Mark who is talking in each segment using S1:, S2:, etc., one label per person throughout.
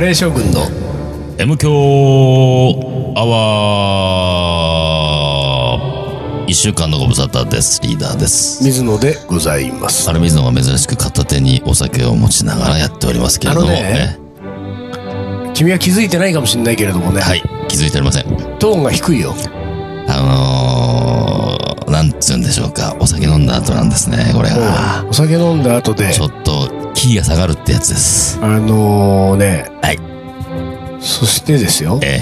S1: レー将軍の
S2: M 強アワー一週間のご無沙汰です。リーダーです。
S3: 水野でございます。
S2: あれ水野が珍しく片手にお酒を持ちながらやっておりますけれども、
S3: あのね君は気づいてないかもしれないけれどもね、
S2: えはい、気づいておりません。
S3: トーンが低いよ。
S2: あのー、なんつうんでしょうか、お酒飲んだ後なんですね、これが。
S3: お酒飲んだ後で
S2: ち、ょっと、キーが下がるってやつです。
S3: あのー、ね、
S2: はい。
S3: そしてですよ、
S2: え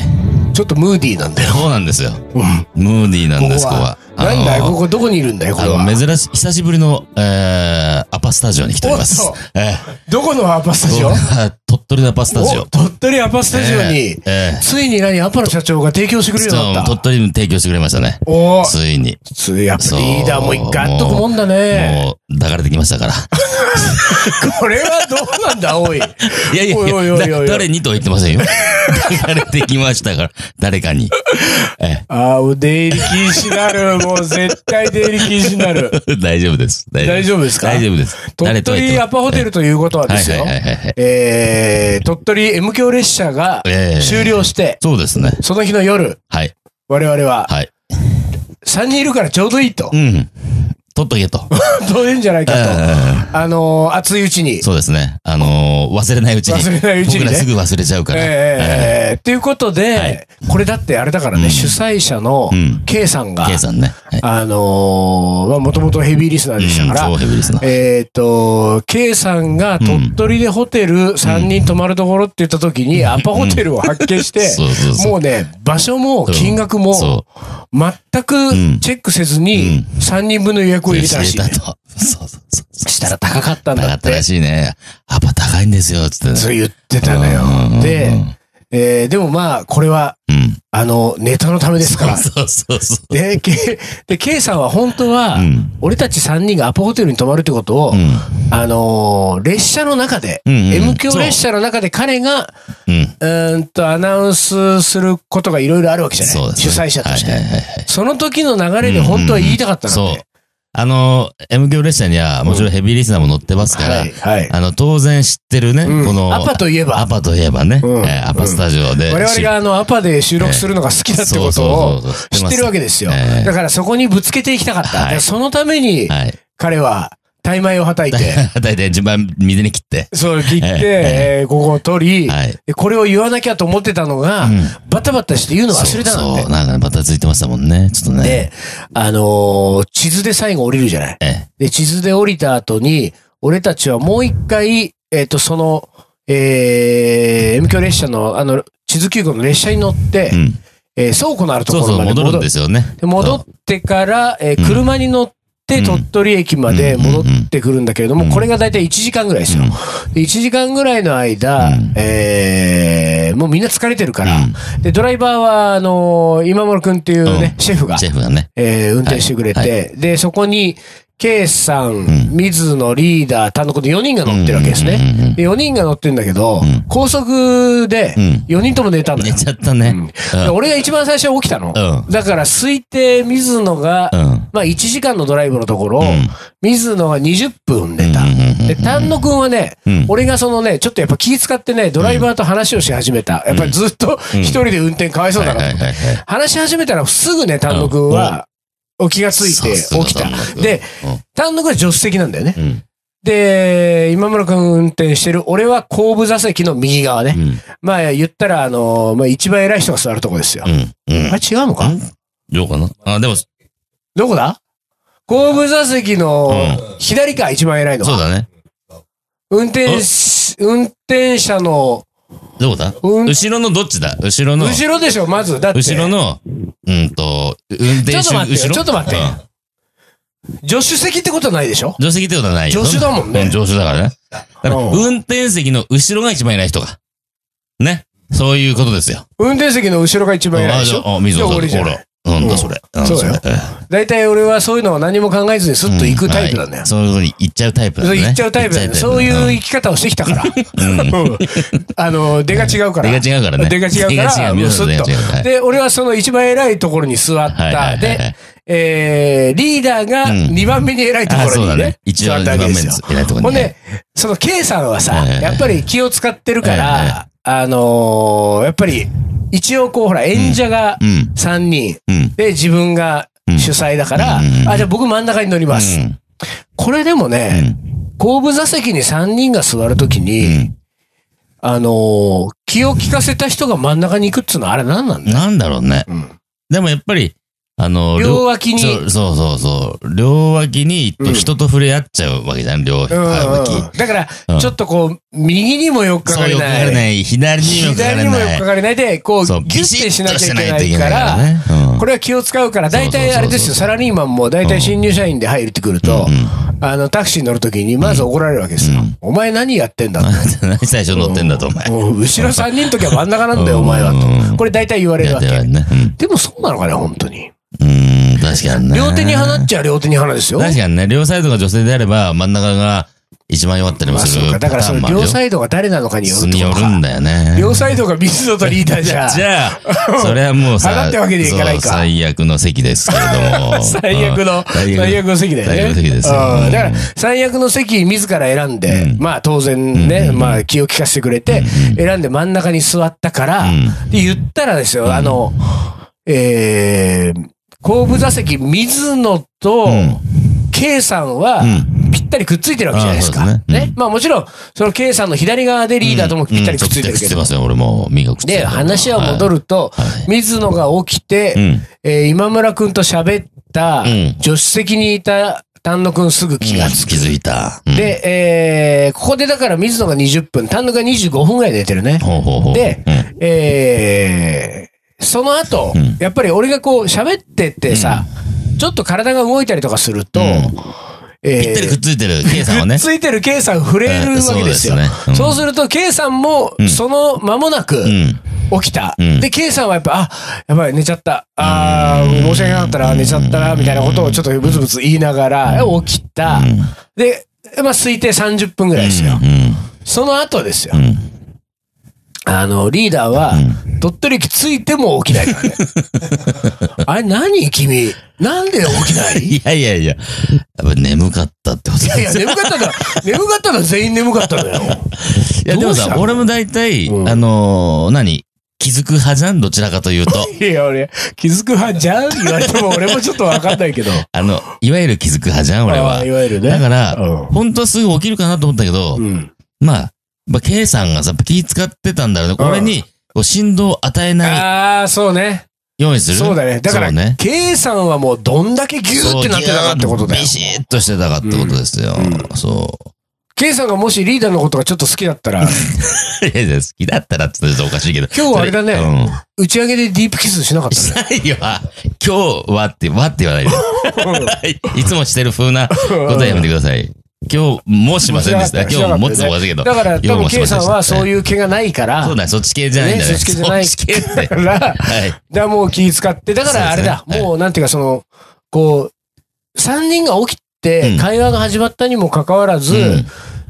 S3: ちょっとムーディーなん
S2: え
S3: だよ。
S2: そうなんですよ。
S3: うん。
S2: ムーディーなんです、ここは。あの
S3: な
S2: ー
S3: んだよ、ここどこにいるんだよ、こ
S2: あ
S3: れは。
S2: の、珍しい、久しぶりの、えー、アパスタジオに来ております
S3: おっと。
S2: え
S3: どこのアパス
S2: ー
S3: タジオ
S2: ここが 鳥取のアパスタジオ
S3: お。鳥取アパスタジオに、
S2: えーえー
S3: ついに何、アパの社長が提供してくれるようになっ
S2: 鳥
S3: た。
S2: 取に提供してくれましたね。
S3: おー
S2: ついに。
S3: ついやっぱリーダーも一回あっとくもんだね。
S2: もう、抱かれてきましたから。
S3: これはどうなんだ、 おい。
S2: いやいや
S3: おい
S2: い
S3: おいおいお
S2: や
S3: いおい
S2: だ、誰にとは言ってませんよ。抱かれてきましたから、 誰かに。
S3: あー、出入り禁止になる。もう絶対出入り禁止になる。
S2: 大丈夫です。大
S3: 大丈夫ですか
S2: 大丈夫です。
S3: 鳥
S2: とは言っ
S3: 取
S2: て
S3: アパホテルということは
S2: ま
S3: で
S2: せ
S3: す
S2: ん
S3: よ
S2: はい。はいはいはいはい。
S3: えー、鳥取 M 強列車が
S2: ええ
S3: 終了して、
S2: そうですね。
S3: その日の夜、
S2: はい。
S3: 我々は
S2: はい。
S3: 3人いるからちょうどいいと
S2: う。ん。取っと けと。
S3: どういうんじゃないかと。
S2: うん
S3: あのー、熱いうちに。
S2: そうですね。あのー忘れないうちに。
S3: 忘れないうちにね
S2: 僕らすぐ忘れちゃうから。え
S3: えー、ということ
S2: はい
S3: で、これだってあれだからね、主催者の
S2: うん
S3: K さんが、
S2: K さんね。はい
S3: あのー、まあ、もともとヘビーリスナーでしたから、
S2: うんそうヘビーリスナ ー
S3: えっ、と、K さんが鳥取でホテル3人泊まるところって言った時に、アパホテルを発見して、
S2: そうそうそう
S3: もうね、場所も
S2: そう
S3: 金額も
S2: そ、
S3: 全くチェックせずに、3人分の予約を入れたらしい、ね
S2: 入れたと。そうそうそうそう。
S3: したら高かったん
S2: 高
S3: だ
S2: か
S3: っ
S2: った
S3: て
S2: ら。しいね。やっぱ高いんですよ、つってね。
S3: そう言ってたの
S2: うん
S3: よ。で、えーでもまあ、これは、
S2: うん。
S3: あの、ネタのためですから。
S2: そうそうそう。
S3: で、K、で、K さんは本当は、
S2: うん
S3: 俺たち3人がアパホテルに泊まるってことを、
S2: うん。
S3: あのー列車の中で、
S2: うんうんうん
S3: M 強列車の中で彼が、
S2: うん。
S3: うーんと、アナウンスすることがいろいろあるわけじゃない、
S2: そうです
S3: 主
S2: ね。
S3: 催者として、
S2: はいはいはいはい
S3: その時の流れで本当は言いたかったの
S2: そう
S3: ね。。
S2: あの、M 響列車には、もちろんヘビーリスナーも乗ってますから、
S3: はい、はい。
S2: あの、当然知ってるね、
S3: うん
S2: この、
S3: アパといえば
S2: アパといえばね、
S3: うん
S2: えーアパスタジオで。
S3: 我々があの、アパで収録するのが好きだってことを
S2: そうそうそうそう
S3: 知ってるわけですよ。
S2: 知ってますええ
S3: だからそこにぶつけていきたかった。
S2: はい
S3: でそのために、
S2: はい。
S3: 彼は、大枚をはたいて、
S2: 大体順番、水に切って。
S3: そう切って、
S2: え
S3: えーここを取り、
S2: はい
S3: でこれを言わなきゃと思ってたのが、
S2: うん
S3: バタバタして言うの忘れたなん
S2: そう
S3: て
S2: そう。なんかねまたついてましたもんね。ちょっとね。
S3: で、あのー地図で最後降りるじゃない。
S2: ええ
S3: で、地図で降りた後に、俺たちはもう一回、えっ、と、その、えー、M 響列車の、あの、地図急行の列車に乗って、
S2: うん。
S3: えー倉庫のあるとこ
S2: そう
S3: ろ
S2: そう、
S3: まで
S2: 戻るんですよね。
S3: で戻ってから、えー
S2: うん
S3: 車に乗って
S2: うん
S3: 鳥取駅まで戻ってくるんだけれども、
S2: うん
S3: これが大体1時間ぐらいですよ。
S2: うん
S3: で1時間ぐらいの間、
S2: うん
S3: えーもうみんな疲れてるから、で、ドライバーは、あのー今村くんっていうね、
S2: うん
S3: シェフ
S2: う
S3: が
S2: ん。、シェフがね。
S3: えー運転してくれて、
S2: はい
S3: で、そこに、K さん、
S2: ん
S3: 水野リーダー、単独で4人が乗ってるわけです
S2: うんうんうんう
S3: ね
S2: ん。
S3: で4人が乗ってるんだけど、
S2: ん
S3: 高速で
S2: うん
S3: 4人とも寝たんだ
S2: 寝
S3: よ。
S2: ちゃったね。うん。
S3: で俺が一番最初に起きたの。
S2: う
S3: だから推定水野が、
S2: うん。
S3: まあ1時間のドライブのところ、
S2: ん
S3: 水野が20分寝た。
S2: うんうんうんうん
S3: で、丹野くんはね、
S2: うん
S3: 俺がそのね、ちょっとやっぱ気使ってね、ドライバーと話をし始めた。やっぱりずっと一人で運転かわいそう
S2: はい
S3: だ
S2: は
S3: なと思って
S2: いはいはい。
S3: 話し始めたらすぐね、丹野くんは、気がついて起きた
S2: さすが丹野。くん
S3: で、丹野くんは助手席なんだよね。
S2: うん。
S3: で、今村くん運転してる、俺は後部座席の右側ね。
S2: うん。
S3: まあ言ったら、あのーまあ一番偉い人が座るとこですよ。
S2: うん。うん
S3: あれ違うのか
S2: うんどうかなあ、でも、そ
S3: どこだ後部座席の
S2: う
S3: 左か、一番偉いの
S2: う
S3: は。
S2: だね。
S3: 運転し、運転者の、
S2: どうだ
S3: うん
S2: 後ろのどっちだ後ろの。
S3: 後ろでしょ、まず。だって。
S2: 後ろの、うんと、運転手
S3: ちょっと待って
S2: 後
S3: よ、
S2: ろ
S3: ちょっと待って
S2: うん。
S3: 助手席ってことはないでしょ
S2: 助手席ってことはないよ
S3: 助手だもんね
S2: う助手だからね。だから
S3: うん
S2: 運転席の後ろが一番偉い人が。ね。そういうことですよ。
S3: 運転席の後ろが一番偉いでしょ
S2: あ、あ水
S3: じ
S2: 野
S3: ゃあ
S2: さ
S3: 俺
S2: ん。
S3: じゃ
S2: ほ
S3: ない
S2: ら。なんだそれ。なん
S3: そうだよ
S2: それ
S3: 大体俺はそういうのは何も考えずにスッと行くタイプなんだよ
S2: はい。そういうふうに行っちゃうタイプ
S3: そ
S2: だ
S3: う
S2: ね。
S3: 言っちゃうタイプだよね。そういう生き方をしてきたから。うんあの、出が違うから。
S2: 出が違うからね
S3: 出が違うか
S2: 出が違
S3: ら、
S2: う
S3: もうスッと
S2: 出が違うは。い
S3: で、俺はその一番偉いところに座っ
S2: はいはいはいは
S3: た。
S2: い
S3: で、えーリーダーが
S2: うん
S3: 2番目に偉いとこ
S2: あそう
S3: ろに
S2: だ
S3: ね
S2: ね、一
S3: 座
S2: 応
S3: ったわけですよ
S2: 二番目です偉いところに
S3: ほんで
S2: ね、
S3: その K さんはさ、
S2: はいはいはい
S3: やっぱり気を使ってるか
S2: はいは
S3: ら、あのーやっぱり、一応こう、ほら、演者が
S2: うん。
S3: 3人、
S2: うん。
S3: で、自分が主催だから、
S2: うん
S3: あ、じゃあ僕真ん中に乗ります。
S2: うん
S3: これでもね、後部座席に3人が座るとき
S2: う
S3: に、
S2: ん。
S3: あのー気を利かせた人が真ん中に行くっつうのはあれ何なんだよ。
S2: なんだろうね。
S3: うん
S2: でもやっぱり、あの、
S3: 両脇
S2: そ
S3: に。
S2: うそうそうそう。両脇に
S3: うん
S2: 人と触れ合っちゃうわけじゃん、両脇。
S3: うんうんだから、
S2: うん
S3: ちょっとこう、右にもよくか
S2: そ
S3: か
S2: う、
S3: れ
S2: よくか
S3: な
S2: か
S3: い
S2: れ。ない。左にもかか
S3: 左
S2: れ
S3: にもよくか
S2: ない。
S3: かれないで、こう、ギ
S2: そ
S3: ュ
S2: う、
S3: ッて
S2: ギシッと
S3: し
S2: し
S3: な
S2: な
S3: き
S2: き
S3: ゃ
S2: ゃ
S3: い
S2: い
S3: けなか、
S2: けないいかららね。うん
S3: これは気を使うから、大体あれですよ、サラリーマンも大体新入社員で入ってくると、あの、タクシーに乗るときに、まず怒られるわけですよ。お前何やってんだと。
S2: 何最初乗ってんだと、お前。
S3: もう後ろ3人の時は真ん中なんだよ、
S2: う
S3: お
S2: ん
S3: 前は
S2: う
S3: と。
S2: ん
S3: これ大体言われる
S2: や
S3: わ
S2: って
S3: け。
S2: やるね。
S3: でもそうなのかね、本当に。
S2: うん。うん、確かにね。
S3: 両手に花っちゃ両手に花ですよ。
S2: 確かにね、両サイドが女性であれば、真ん中が一番弱ったり
S3: ま
S2: も
S3: あ
S2: す
S3: そう
S2: る
S3: か。
S2: パ
S3: だ
S2: タ
S3: からそ
S2: ー
S3: の
S2: ンもあるよ。
S3: 両サイドが誰なのかによる
S2: に
S3: と
S2: よ
S3: か
S2: るんだよね。
S3: 両サイドが水野とリーダーじゃ。
S2: じゃあ、 それはもうさ、
S3: 払ったわけにはいかないか
S2: そう最悪の席ですけれど も。
S3: 最悪の、
S2: うん
S3: 最悪の席だよね。
S2: 最悪の席ですよ
S3: うんだから、最悪の席自ら選んで、
S2: うん
S3: まあ当然ね、まあ気を利かせてくれて、選んで真ん中に座ったから、
S2: うん
S3: で言ったらですよ、あの、えー、後部座席水野と、
S2: うん。
S3: K さんは
S2: う、ん。
S3: ぴったりくっついてるわけじゃないですか。
S2: あそう
S3: ね
S2: ですねうん
S3: まあもちろん、その K さんの左側でリーダーともぴったりくっついてる
S2: うんそうくっつ
S3: け
S2: いて
S3: ど。
S2: ますよ、俺も。身がくっついてる
S3: で、話は戻ると、
S2: はい
S3: 水野が起きて、
S2: うん。
S3: えー今村くんと喋った、
S2: うん
S3: 助手席にいた丹野くんすぐ気がつく。
S2: 気づいた。うん、
S3: で、えーここでだから水野が20分、丹野が25分ぐらいで寝てるね。
S2: ほうほうほう。
S3: で
S2: うん、
S3: えーその後、
S2: うん
S3: やっぱり俺がこう喋ってってさ、ちょっと体が動いたりとかすると、
S2: うん
S3: えー
S2: ぴったりくっついてる、K さんは
S3: くっ
S2: ね。
S3: ついてる K さん触れるわけですよ。
S2: えーそう
S3: そう
S2: ですねうん
S3: すると K さんも
S2: うん、
S3: その間もなく
S2: う、ん。
S3: 起きた。
S2: うん
S3: で、K さんはやっぱ、あ、やばい、寝ちゃった。あー、申し訳なかったな、寝ちゃったな、みたいなことをちょっとブツブツ言いながら、起きた。で、まあ、推定30分ぐらいですよ。
S2: うん。
S3: その後ですよ
S2: う。ん。
S3: あの、リーダーは、鳥取駅着いても起きないから ね。あれ、何君。なんで起きない
S2: いやいやいや。やっぱ眠かったってこと
S3: いやいや、眠かったんだ。眠かったんだ、全員眠かったんだよ。
S2: いや、でも
S3: どうし
S2: さ
S3: た、の
S2: 俺も大体、
S3: うん
S2: あのー、何気づく派じゃんどちらか というと。
S3: いや、俺、気づく派じゃん言われても俺もちょっとわかんないけど。
S2: あの、いわゆる気づく派じゃん 俺
S3: あ
S2: は
S3: ーい。わゆるね。
S2: だから、
S3: うん
S2: 本当はすぐ起きるかなと思ったけど、
S3: うん。
S2: まあ、まあ、K さんがさ、気使ってたんだろうね。
S3: うん
S2: 俺に、こう振動を与えない
S3: ああ、そうね。
S2: ようにする。
S3: そうだね。だから、
S2: そうね。
S3: K さんはもうどんだけギューってなってたかってことだよ
S2: ビ。シッとしてたかってことですよ。
S3: う
S2: そ
S3: K さんがもしリーダーのことがちょっと好きだったら、
S2: う。いやいや、好きだったらって言ったらおかしいけど。
S3: 今日はあれだね
S2: そうん。
S3: 打ち上げでディープキスしなかったね。
S2: ないよ。あ今日はって、はって言わないで。 いつもしてる風なことはやめてください。今日もしませんでした。
S3: 面白か
S2: 今
S3: った
S2: 日もっつもおかしいけど。
S3: だから、多
S2: 今日
S3: 分
S2: もし
S3: K
S2: ませ
S3: さ
S2: んで
S3: ん
S2: した
S3: はそういう毛がないから、
S2: そうだね、そっち系じゃないんだね。
S3: ねそっち系じゃない
S2: そっち系って。
S3: だから、
S2: はい。
S3: だもう気使って、だからあれだ、
S2: そうですね
S3: もうなんていうかその、こう、3人が起き
S2: う
S3: て
S2: ん
S3: 会話が始まったにもかかわらず、
S2: うん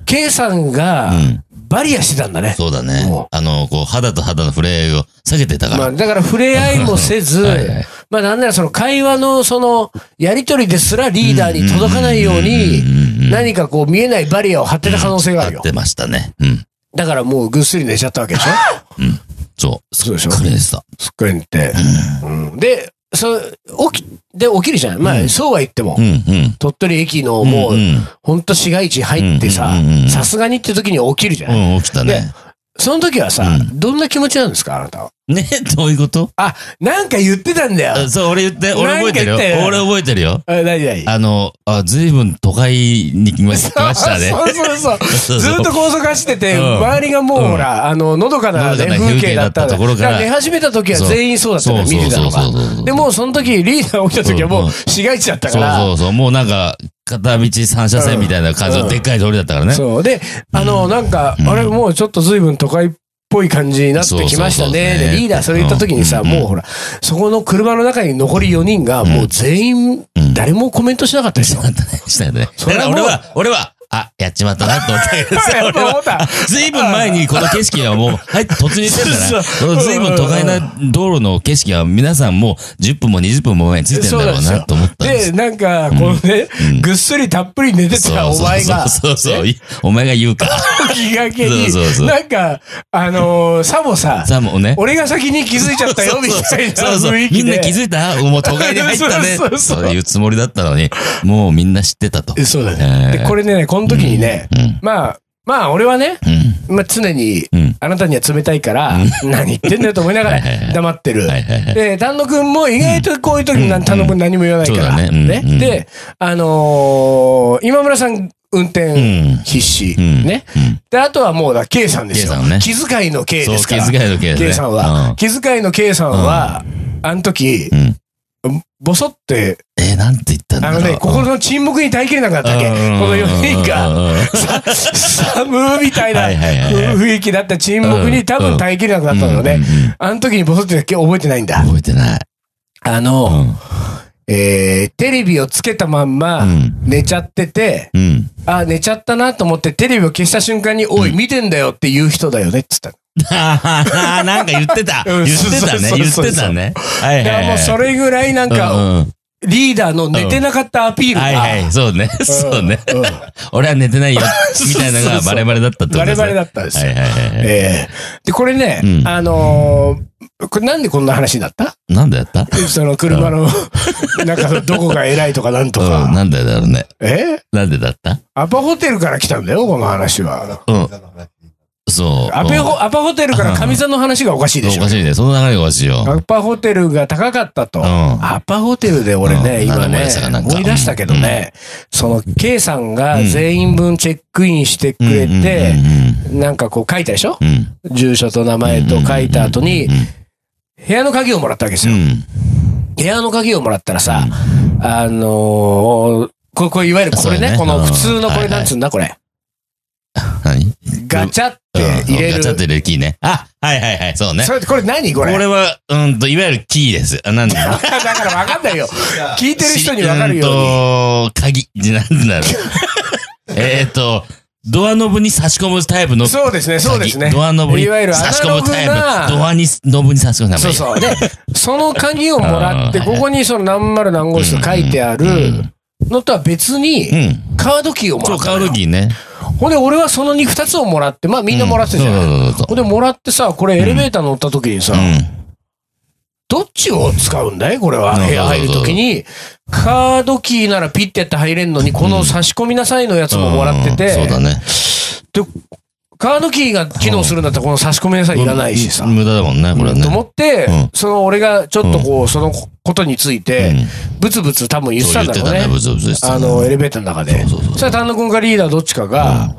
S3: K さんが
S2: うん。
S3: バリアしてたんだね。
S2: そう
S3: も
S2: だ
S3: う
S2: ね。あの、こう、肌と肌の触れ合いを下げてたか
S3: ま
S2: ら。
S3: あ、だから触れ合いもせず、
S2: はいはい
S3: まあなんならその会話のそのやりとりですらリーダーに届かないよう
S2: うん
S3: に、
S2: うんうんうん
S3: 何かこう見えないバリアを張ってた可能性がある
S2: や
S3: よ
S2: っ。てましたね。うん。
S3: だからもうぐっすり寝ちゃったわ けでしょ
S2: そう。
S3: そうでしょ
S2: これでした。
S3: すっごい寝て。うんで、そう、起き、で起きるじゃん。まあ、そうは言っても
S2: う、んうん。
S3: 鳥取駅のもう
S2: うん、
S3: ほんと市街地入ってさ
S2: うんうんうんう、ん
S3: さすがにって時に起きるじゃ
S2: う
S3: ない、
S2: ん、うん起きたね。
S3: その時はさ、
S2: う
S3: どんな気持ちなんですかあなたは。
S2: ね、どういうこと
S3: あ、なんか言ってたんだよ
S2: あ。そう、俺言って、俺覚えてるよ。
S3: なんか言ったよ
S2: 俺覚えてるよ。
S3: あ何々
S2: あの、あ、ずいぶん都会に来まし来ましたね。
S3: そうそうそう。
S2: そう
S3: ず
S2: そう
S3: っと高速走ってて、
S2: うん
S3: 周りがもうほら、あの、のどかな
S2: のど
S3: ね
S2: かな
S3: 風景だった
S2: 風景だったところから
S3: だ寝始めた時は全員そうだったの、
S2: そう
S3: 見てたの
S2: そうそうそうそ
S3: が。
S2: う
S3: でも、その時、リーダー起きた時はも
S2: うんう
S3: うん市街地だったか
S2: そう
S3: ら
S2: そ。うそう。もうなんか、片道三車線みたいな感じ
S3: うん
S2: のでっかい通りだったからね。
S3: そう。で、あの、なんか、あれ、もうちょっと随分都会っぽい感じになってきました
S2: そうそうそう
S3: ね。
S2: ね
S3: で、リーダーそれ言った時にさ、
S2: うん
S3: もうほら、そこの車の中に残り4人が、もう全員
S2: う、ん
S3: 誰もコメントしなかったでしょ。
S2: したよね。だ
S3: それ
S2: か
S3: は
S2: ら
S3: もう
S2: 俺は、俺は、あ、やっちまったなと思ったけど
S3: やっぱ思った。
S2: ずいぶん前にこの景色はもう、はい、突入してんだな。
S3: そ
S2: こ
S3: うそう
S2: のずいぶん都会な道路の景色は皆さんもう10分も20分も前についてんだろうなと思ったんです
S3: で、。なんか、このね、ぐっすりたっぷり寝て
S2: そう
S3: たお前が、
S2: そうそうそうそう。お前が言うから。
S3: 気がけに
S2: そうそうそう、
S3: なんか、あのー、さもさ、
S2: さあもうね。
S3: 俺が先に気づいちゃったよ、みたいな
S2: そうそうそうそう
S3: 雰囲気で。
S2: みんな気づいたもう都会に入ったね。
S3: そうそうそう
S2: そういうつもりだったのに、もうみんな知ってたと。
S3: えそうだね。
S2: えー
S3: で、これね、この時にね、まあ、まあ、俺はね、
S2: うん。
S3: まあ、常に
S2: うん、
S3: あなたには冷たいから、何言ってんだよと思いなが
S2: はいはいは
S3: ら
S2: い
S3: 黙ってる。
S2: はいはいはい。
S3: で、丹野くんも意外とこういう時にな
S2: うん
S3: 丹野くん何も言わないから。
S2: そうだねうんうん
S3: で、あのー今村さん運
S2: う
S3: 転
S2: ん。
S3: 必死。
S2: うん
S3: ね。
S2: うん。
S3: で、あとはもうだ、K さんですよ
S2: K さん。ね
S3: 気遣いの K
S2: そう、
S3: です
S2: 気
S3: から。
S2: 遣いの件ね。
S3: K さんは
S2: う。
S3: 気遣いの K さんは、あの時、
S2: ん。うん。
S3: ボソって、
S2: えー、なんて言ったんだ
S3: あ
S2: ろ
S3: の
S2: う。
S3: ね、心の沈黙に耐えきれなかったわけ。この4人が。
S2: が。
S3: さ寒みたいな
S2: はいはいはいはい
S3: 雰囲気だった沈黙に多分耐えきれなくなったの
S2: うん
S3: ね
S2: う。んうん
S3: あの時にボソって覚えてないんだ。
S2: 覚えてない。
S3: あ
S2: う
S3: の、
S2: ん
S3: えーテレビをつけたまんま
S2: うん
S3: 寝ちゃってて、
S2: うん。
S3: あ、寝ちゃったなと思ってテレビを消した瞬間に、おい、見てんだよって言う人だよねっつったの。
S2: あー なんか言ってた。
S3: うん
S2: 言ってたね。
S3: そうそ
S2: 言
S3: う
S2: っ
S3: そう
S2: て
S3: そう
S2: たね。はいいはいはい。
S3: や、もうそれぐらいなん
S2: うん
S3: か、
S2: うん
S3: リーダーの寝てなかったアピールが、
S2: はいはい、そうね。そうね。
S3: うん
S2: 俺は寝て ないよ、みたいなのがバレバレだったってこと
S3: バレ
S2: です
S3: バレ
S2: ね。
S3: だったんですよ。
S2: はいはいはいは
S3: ええで、これね、
S2: うん
S3: あのーこれなんでこんな話になった
S2: い。なんでやったう
S3: その車の、なんかどこが偉いとかなんと
S2: ん、
S3: か。
S2: なんでだろうね。
S3: え
S2: なんでだった
S3: アパホテルから来たんだよ、この話は。
S2: うん。そう。
S3: アパホ、アパホテルから神さんの話がおかしい
S2: うん
S3: で
S2: そ
S3: し
S2: うお
S3: ょ
S2: か。しいね。その流れがおかしいよ。
S3: アパホテルが高かったと。
S2: うん
S3: アパホテルで俺ね、
S2: うん
S3: 今
S2: 七
S3: ね
S2: 枚坂なん、か
S3: 思い出したけどね、その K さんが
S2: うん
S3: 全員分チェックインしてく
S2: うん
S3: れ
S2: う
S3: て、
S2: ん
S3: なんかこう書いたでしょ
S2: うんうん。
S3: 住所と名前と書いた後に
S2: うん、
S3: 部屋の鍵をもらったわけです
S2: う
S3: よ。
S2: ん。
S3: 部屋の鍵をもらったらさ、あのー、ここれいわゆるこれ
S2: そう
S3: ね、
S2: ね
S3: この
S2: うん
S3: 普通のこ
S2: はいは
S3: れ
S2: い
S3: なんつうんだこれ。
S2: 何
S3: ガチャって入れ
S2: うんガ
S3: る。
S2: チャ
S3: そ
S2: って入れるキーね。あ、はいはいはい、そうね。
S3: れこれ何こ
S2: こ
S3: れ
S2: れは、うんと、いわゆるキーです。あ、なんで
S3: だからわかんないよ。聞いてる人にわかるように。
S2: うんと、鍵、な んだろう。えっと、ドアノブに差し込むタイプの
S3: そうですね、そうですね。
S2: ドアノブに
S3: いわゆるア
S2: 差し
S3: ナロ
S2: 込む
S3: グ
S2: タイプ。ド
S3: な、
S2: アに、ノブに差し込むタイプ。
S3: そうそう。で、その鍵をもらって、
S2: あー
S3: ここにその何丸何号室と書いてあるのとは別
S2: う
S3: に、
S2: ん。
S3: カードキーをも
S2: そ
S3: ら
S2: う、
S3: った
S2: 買
S3: の
S2: う
S3: よ。
S2: ときね。
S3: ほんで、俺はその 2, 二つをもらって、まあみんなもらってたじゃ。
S2: うんんそうそうそう
S3: ほんで、もらってさ、これエレベーター乗った時にさ、
S2: そう。うん。
S3: どっちを使うんだいこれ
S2: う
S3: は。
S2: んそう
S3: 部
S2: そうそう
S3: 屋入る時に、カードキーならピッてやって入れんのに、この差し込みなさいのやつももらってて、
S2: うんそうだね。
S3: カードキーが機能するんだったらこの差し込みなさいいらないしさ。
S2: 無無駄だもんね、これね。
S3: と思って、
S2: うん
S3: その俺がちょっとこう、そのことについて、ブツブツ多分言っ
S2: そ
S3: て
S2: う
S3: た
S2: 言
S3: ん
S2: っ
S3: だ
S2: て
S3: ろう
S2: たね、
S3: ね
S2: ブ。ツブツしてた
S3: あ
S2: ね
S3: の、エレベーターの中で。
S2: そうそうそう
S3: それ丹野くんかリーダーどっちかが、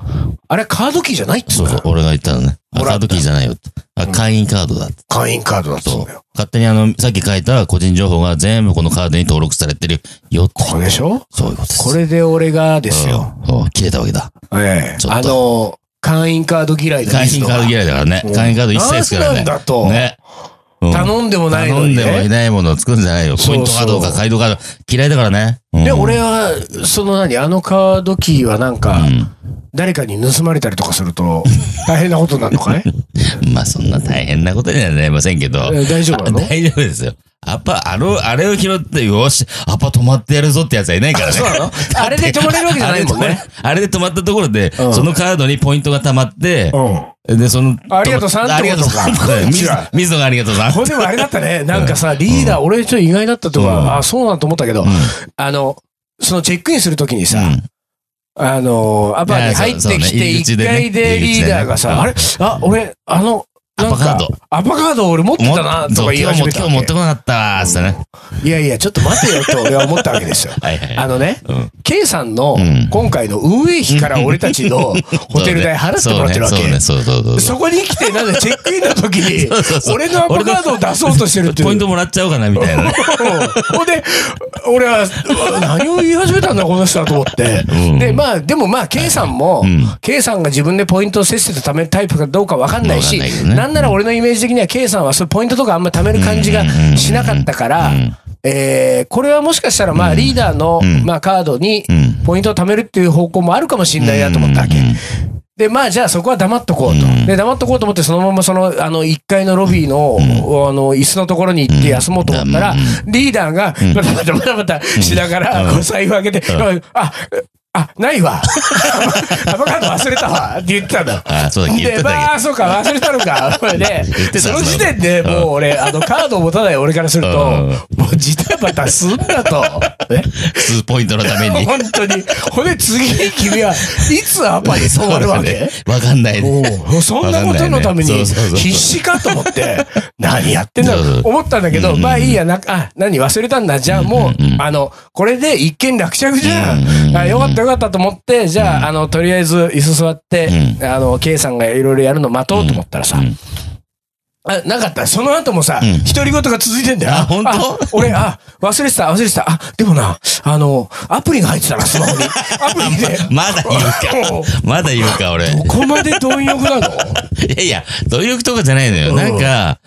S3: あれカードキーじゃないっつう
S2: そう
S3: の
S2: そう
S3: よ、
S2: 俺が言ったのね。あ
S3: もら
S2: カ
S3: っ
S2: ー
S3: た
S2: ドキーじゃないよって。あ、会員カードだって。
S3: 会員カードだっつうん
S2: そう
S3: だよ。。
S2: 勝手にあの、さっき書いた個人情報が全部このカードに登録されてるよって。
S3: これでしょ
S2: そういうことです。
S3: これで俺がですよ。
S2: うん。うん切れたわけだ。
S3: ええ
S2: ちょっと
S3: あの、会員カード嫌いだ
S2: 会員カード嫌いだからね。会員カード一切作ら
S3: な
S2: なんい。
S3: だと
S2: ね。うん
S3: 頼んでもない
S2: 頼
S3: の
S2: ん
S3: に、ね。
S2: でもいないものを作るんじゃないよ。
S3: そ
S2: ポ
S3: うそう
S2: イントカードとかカイドカード嫌いだからね。うん
S3: で、俺は、その何、あのカードキーはなんか、
S2: う
S3: 誰かに盗まれたりとかすると、大変なことになるの かい
S2: ん。まあそんな大変なことにはなりませんけど。
S3: え大丈夫なの
S2: 大丈夫ですよ。アパ、あの、あれを拾って、よし、アパ止まってやるぞってやつはいないからね。
S3: そうなのあれで止まれるわけじゃないもんね。
S2: あれで止まったところで、
S3: うん
S2: そのカードにポイントが溜まって、
S3: うん。
S2: で、その、
S3: ありがとうさん
S2: ありがとうさん
S3: ってことか
S2: うん水
S3: 違う
S2: 水野がありがとうさん。
S3: ほんでもあれだったね。なんかさ、リーダー、俺ちょっと意外だったとか、
S2: うん
S3: あ、そうなんと思ったけど、あの、そのチェックインするときにさ、
S2: うん
S3: あの、アパに入ってきて、
S2: いやそうそう
S3: 一
S2: ね
S3: 回でリーダーがさ、あ
S2: 入
S3: れあ、俺、あの、なんか
S2: アパカード。
S3: アパカード俺持って
S2: も
S3: たな、と
S2: そ
S3: か
S2: う
S3: 言い
S2: 今日
S3: 始めたわ
S2: も今日持って
S3: け。
S2: こなかったっすね。
S3: いやいや、ちょっと待てよと俺は思ったわけですよ。
S2: はいはい。
S3: あのね、
S2: うん。
S3: K さんの
S2: うん
S3: 今回の運営費から俺たちの ホテル代払ってもらってるわけ。
S2: そうね、そうねそうそうそう。
S3: そこに来て、なんでチェックインの時に
S2: そうそう、そう
S3: 俺のアパカードを出そうとしてるっていう。
S2: ポイントもらっちゃおうかな、みたいなね。
S3: ほんで、俺は、うわ何を言い始めたんだ、この人はと思って
S2: う。ん
S3: で、まあ、でもまあ、K さんも
S2: ん、
S3: K さんが自分でポイントをせっせと貯めるタイプかどうかわかんないし
S2: わかんないけ、どね
S3: なんなら俺のイメージ的には K さんはそういうポイントとかあんま貯める感じがしなかったから
S2: うん、
S3: えーこれはもしかしたら、まあ、リーダーの、
S2: うん
S3: まあ、カードに
S2: うん、
S3: ポイントを貯めるっていう方向もあるかもしれないなと思ったわけ。で、まあ、じゃあそこは黙っとこうと。
S2: うん
S3: で、黙っとこうと思って、そのままその、あの、1階のロビーの、あの、椅子のところに行って休もうと思ったら、リーダーが、バタバタバタバタしながら、こう財布開けて、あ、あ、ない わ。アバカード忘れたわ。って言ってたんだよ。
S2: ああ、そうだ、言っ
S3: で、
S2: てた
S3: ま
S2: だ
S3: あ、そうか、忘れたの か。これね
S2: 言って、た
S3: その時点で
S2: そんなこと
S3: もう俺、あの、カードを持たない俺からすると、
S2: うん
S3: もうジタバタすんだと。 ね
S2: けど、数ポイントのた めに。
S3: 本当に。ほんで、次に君はいつアパに染まるわけ
S2: わかんないね。
S3: おうそんなことのため
S2: わかんないね
S3: に
S2: そうそうそう
S3: 必死かと思 って、何やってんだ
S2: そう
S3: ろ
S2: そうう
S3: 思ったんだけど、まあいいや、なあ、何忘れたんだ。じゃあもう、あの、これで一件落着じゃん。あよかったよかったと思って、じゃあ、あの、とりあえず椅子座って、あの、K さんがいろいろやるの待とうと思ったらさ、あ、なかった。その後もさ、独り言が続いてんだよ。
S2: あ本当
S3: 俺、あ、忘れてた、忘れてた。あ、でもな、あの、アプリが入ってたな、スマホに。 アプリで。
S2: まだ言う
S3: おう
S2: か。まだ言うか、俺。い
S3: ここまで貪欲なの
S2: やいや、努力とかじゃないのよ。なんか、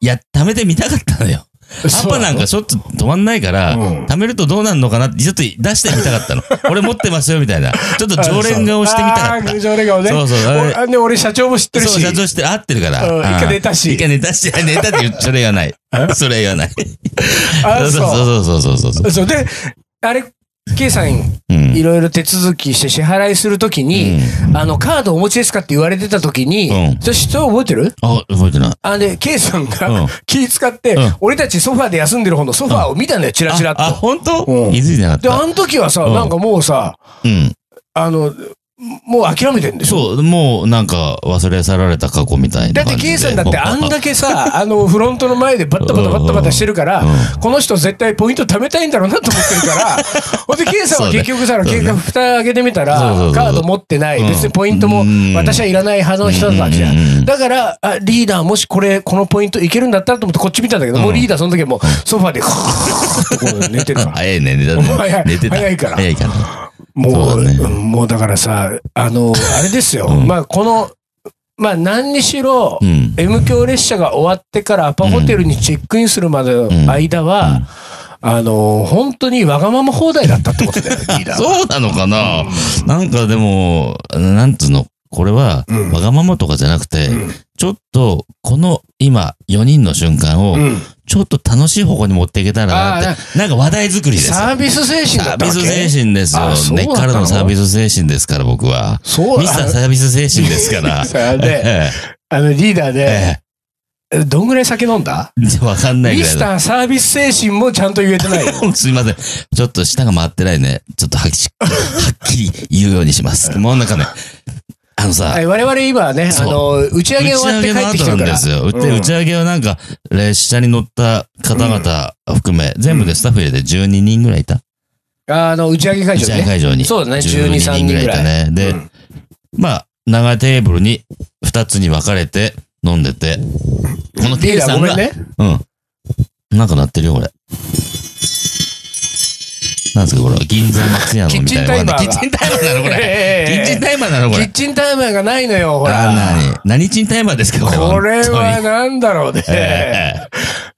S2: いや、貯めてみたかったのよ。ア
S3: そう
S2: パなんかちょっと止まんないから、
S3: うん
S2: 貯めるとどうなるのかなって、ちょっと出してみたかっ たの。俺持ってますよ、みたいな。ちょっと常連顔してみたか
S3: あ
S2: っ
S3: ー
S2: た。
S3: 常連顔ね。
S2: そうそうあれ
S3: おあで、俺社長も知ってる
S2: そう、
S3: し。
S2: 社長して合ってるから。
S3: うん
S2: あー
S3: 一回寝たし
S2: 一回寝たし、 寝たって言うそれ言わない。それ言わない。
S3: あーそう
S2: そうそうそうそうそう。
S3: そうで、あれ、K さん、
S2: うん
S3: いろいろ手続きして支払いするときに、あの、カードお持ちですかって言われてたときに、
S2: うん
S3: そ人覚えてる
S2: あ、覚えてない。
S3: あ、で、K さん
S2: う
S3: が
S2: ん
S3: 気使って
S2: うん、
S3: 俺たちソファーで休んでる方のソファーを見たんだよ、チラチラっ
S2: あ、
S3: と。
S2: 本当
S3: うん
S2: 気づいてな
S3: で、あ
S2: かっ
S3: の時はさ、
S2: うん
S3: なんかもうさ、
S2: た。うん。
S3: あの、もう諦めてんでしょ
S2: そう、もうなんか忘れ去られた過去みたい
S3: だ
S2: な
S3: って K さんだってあんだ
S2: け。
S3: けさ、あのフロントの前でバッタバタバッタバタしてるから
S2: う、
S3: この人絶対ポイント貯めたいんだろうなと思ってる から、ほんで K さんは結局さ、
S2: そうだ
S3: 結果蓋開けてみたら
S2: そうそうそ、う
S3: カード持ってない、
S2: うん
S3: 別にポイントも
S2: うん
S3: 私はいらない派の人だったわけじゃ。
S2: うんうんうんん
S3: だから、あリーダーもしこれ、このポイントいけるんだったらと思ってこっち見たんだけど、もうリーダーその時はもうソファーで、ふーってこう寝てるから。
S2: 早いね、寝た
S3: 早い
S2: 寝てた。
S3: 早いから
S2: 早いから。
S3: も、
S2: そううだね
S3: うんもうだからさ、あ の、あれですよ。まあこの、まあ何にしろ、
S2: うん。
S3: M 強列車が終わってからアパホテルにチェックインするまでの間は、あのー本当にわがまま放題だったってことだよ、リーダーは。
S2: そうなのかななんかでも、なんつうの、これは、
S3: うん
S2: わがままとかじゃなくて、ちょっと、この今、4人の瞬間を
S3: うん、
S2: ちょっと楽しい方向に持っていけたらな
S3: あ
S2: って、なんか話題作りです。
S3: サービス精神だ
S2: サ
S3: った
S2: ービ
S3: わけ
S2: ス精神です
S3: あそ
S2: よ。
S3: うだ
S2: 根
S3: っ
S2: った
S3: の
S2: からのサービス精神ですから、僕は。
S3: そう
S2: ミスターサービス精神で すから。
S3: あのね、
S2: え
S3: あのリーダー
S2: え
S3: で、
S2: え
S3: どんぐらい酒飲んだ
S2: えわかんない
S3: ミ
S2: ぐらい
S3: ス
S2: だ。
S3: ターサービス精神もちゃんと言えてないよ。
S2: すいません。ちょっと舌が回ってないね。ちょっとはっきり、はっきり言うようにします。もうなんかね、あのさ
S3: は、い我々今ね、あ
S2: そう
S3: のー、打ち上げ終わって帰ってきてるから。
S2: 打ち上げの後なんですよ。で
S3: うん
S2: 打ち上げはなんか、列車に乗った方々含め、全部でスタッフ入れて12人ぐらいいた。
S3: あの、打ち上げ
S2: 打
S3: 会
S2: ち
S3: 場
S2: 上げ
S3: ね。
S2: 会場に。
S3: そうだね、12、
S2: 12
S3: 3人
S2: 人
S3: ぐ
S2: ぐ
S3: ら
S2: ら
S3: い
S2: いいたね。で、
S3: うん
S2: まあ、長いテーブルに2つに分かれて飲んでて、この
S3: リ
S2: K
S3: ーダ
S2: さ
S3: ーご
S2: ん
S3: め
S2: が、
S3: んね。
S2: うん。なんか鳴ってるよ、これ。なんですか、これ。銀座松屋のみたいな。
S3: キ
S2: キ
S3: ッ
S2: ッ
S3: チ
S2: チ
S3: ン
S2: ンタイマーなの、これ。キ
S3: ええ
S2: ッチンタイマーなの、こ
S3: キ
S2: れ
S3: ッ。チンタイマーがないのよ、ほら。
S2: あ、なに。何チンタイマーですか、これは。
S3: これは
S2: 本
S3: なんだろう
S2: 当に。え
S3: ね。
S2: え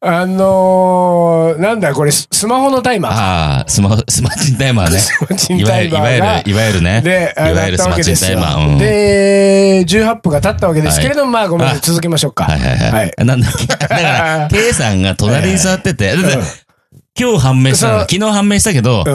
S3: あのー、なんだこれ、ススマホのタイマー。
S2: ああ、スマ、スマチンタイマーね。
S3: スマチ
S2: い
S3: ン
S2: わ
S3: タ
S2: ゆ
S3: イ
S2: る、い
S3: マ
S2: わ
S3: ー
S2: ゆ
S3: が
S2: る、。いわゆるね。
S3: で、あ
S2: い
S3: の
S2: わ
S3: や
S2: ゆ
S3: っ
S2: る
S3: た
S2: ス
S3: わ
S2: マ
S3: け
S2: チ
S3: で
S2: ン
S3: す
S2: タイ
S3: よ
S2: マー。うん。
S3: で、18分が経ったわけですけれども、まあごめんなさい、
S2: あ
S3: 続けましょうか。
S2: はいはい
S3: は
S2: はいい。なんだっけ。だから、K さんが隣に座ってて、だって
S3: うん
S2: 今日判明したの
S3: そう
S2: 昨日判明したけど
S3: う、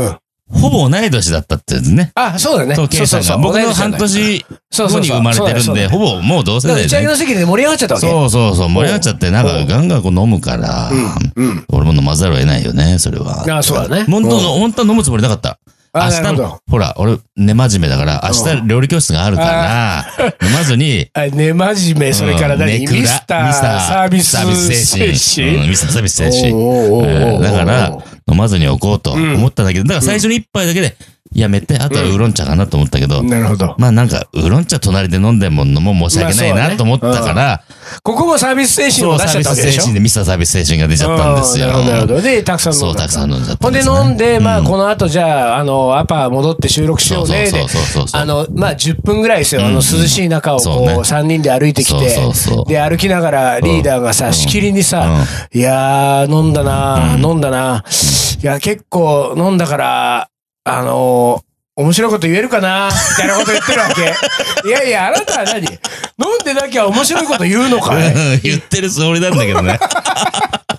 S3: ん。
S2: ほぼ同い年だったってやつね。
S3: あ、そうだね。
S2: そう、K さんが。僕の半年
S3: そうそ
S2: 後
S3: う
S2: に
S3: そう
S2: 生まれてる
S3: そ
S2: ん
S3: うだ
S2: で、
S3: よ
S2: ほぼもう同世
S3: そうだよだから
S2: 代
S3: 打ち上げの席
S2: ね。
S3: で盛り上がっちゃったわけ。
S2: そうそうそう、盛り上がっちゃって、なんかガンガンこう飲むから、
S3: うん。うん。
S2: 俺も飲まざるを得ないよね、それは。
S3: あそうだね
S2: 本当
S3: うん
S2: の、本当は飲むつもりなかった。
S3: あなる
S2: 明日
S3: ほど
S2: の、ほら、俺、寝真面目だから、明日料理教室があるから、飲まずに、
S3: あね、真面目、 それから何
S2: ねくら
S3: ミスターサービス
S2: サービス
S3: 精
S2: 精
S3: 神
S2: 神。うんミスターサービス精神。
S3: おーおーおーおー
S2: うんだから、飲まずにおこうと思ったんだけど、だから最初の一杯だけで、いや、めったい、あとはウーロン茶かなと思ったけど、
S3: なるほど。
S2: まあなんか、ウーロン茶隣で飲んでもんのも申し訳
S3: まあ
S2: な
S3: そう
S2: い
S3: ね
S2: なと思ったから、
S3: ここもサービス精神
S2: そ
S3: を
S2: う、
S3: 出しち
S2: サ
S3: ゃ
S2: ー
S3: っ
S2: ビ
S3: たわけ
S2: ス
S3: で
S2: 精
S3: しょ
S2: 神でミスターサービス精神が出ちゃったんですよ。
S3: うなるほど。で、たくさん飲んだ。
S2: そうたくさん飲んじゃった
S3: ほんで
S2: ですね
S3: 飲んで、まあ、この後、じゃあ、あの、アパ戻って収録しようね。
S2: そ
S3: で
S2: うそうそうそう、そう
S3: あの、まあ、10分ぐらいですよ。あの、涼しい中を
S2: そう
S3: こ
S2: ね
S3: う、3人で歩いてきて
S2: そうそうそ、う
S3: で、歩きながらリーダーがさ、しきりにさ、いやー、飲んだな、飲んだな。いや、結構飲んだから、あの、面白いこと言えるかなみたいなこと言ってるわ け。いやいや、あなたは何飲んでなきゃ面白いこと言うの かい
S2: うん言ってるつもりなんだけ どね。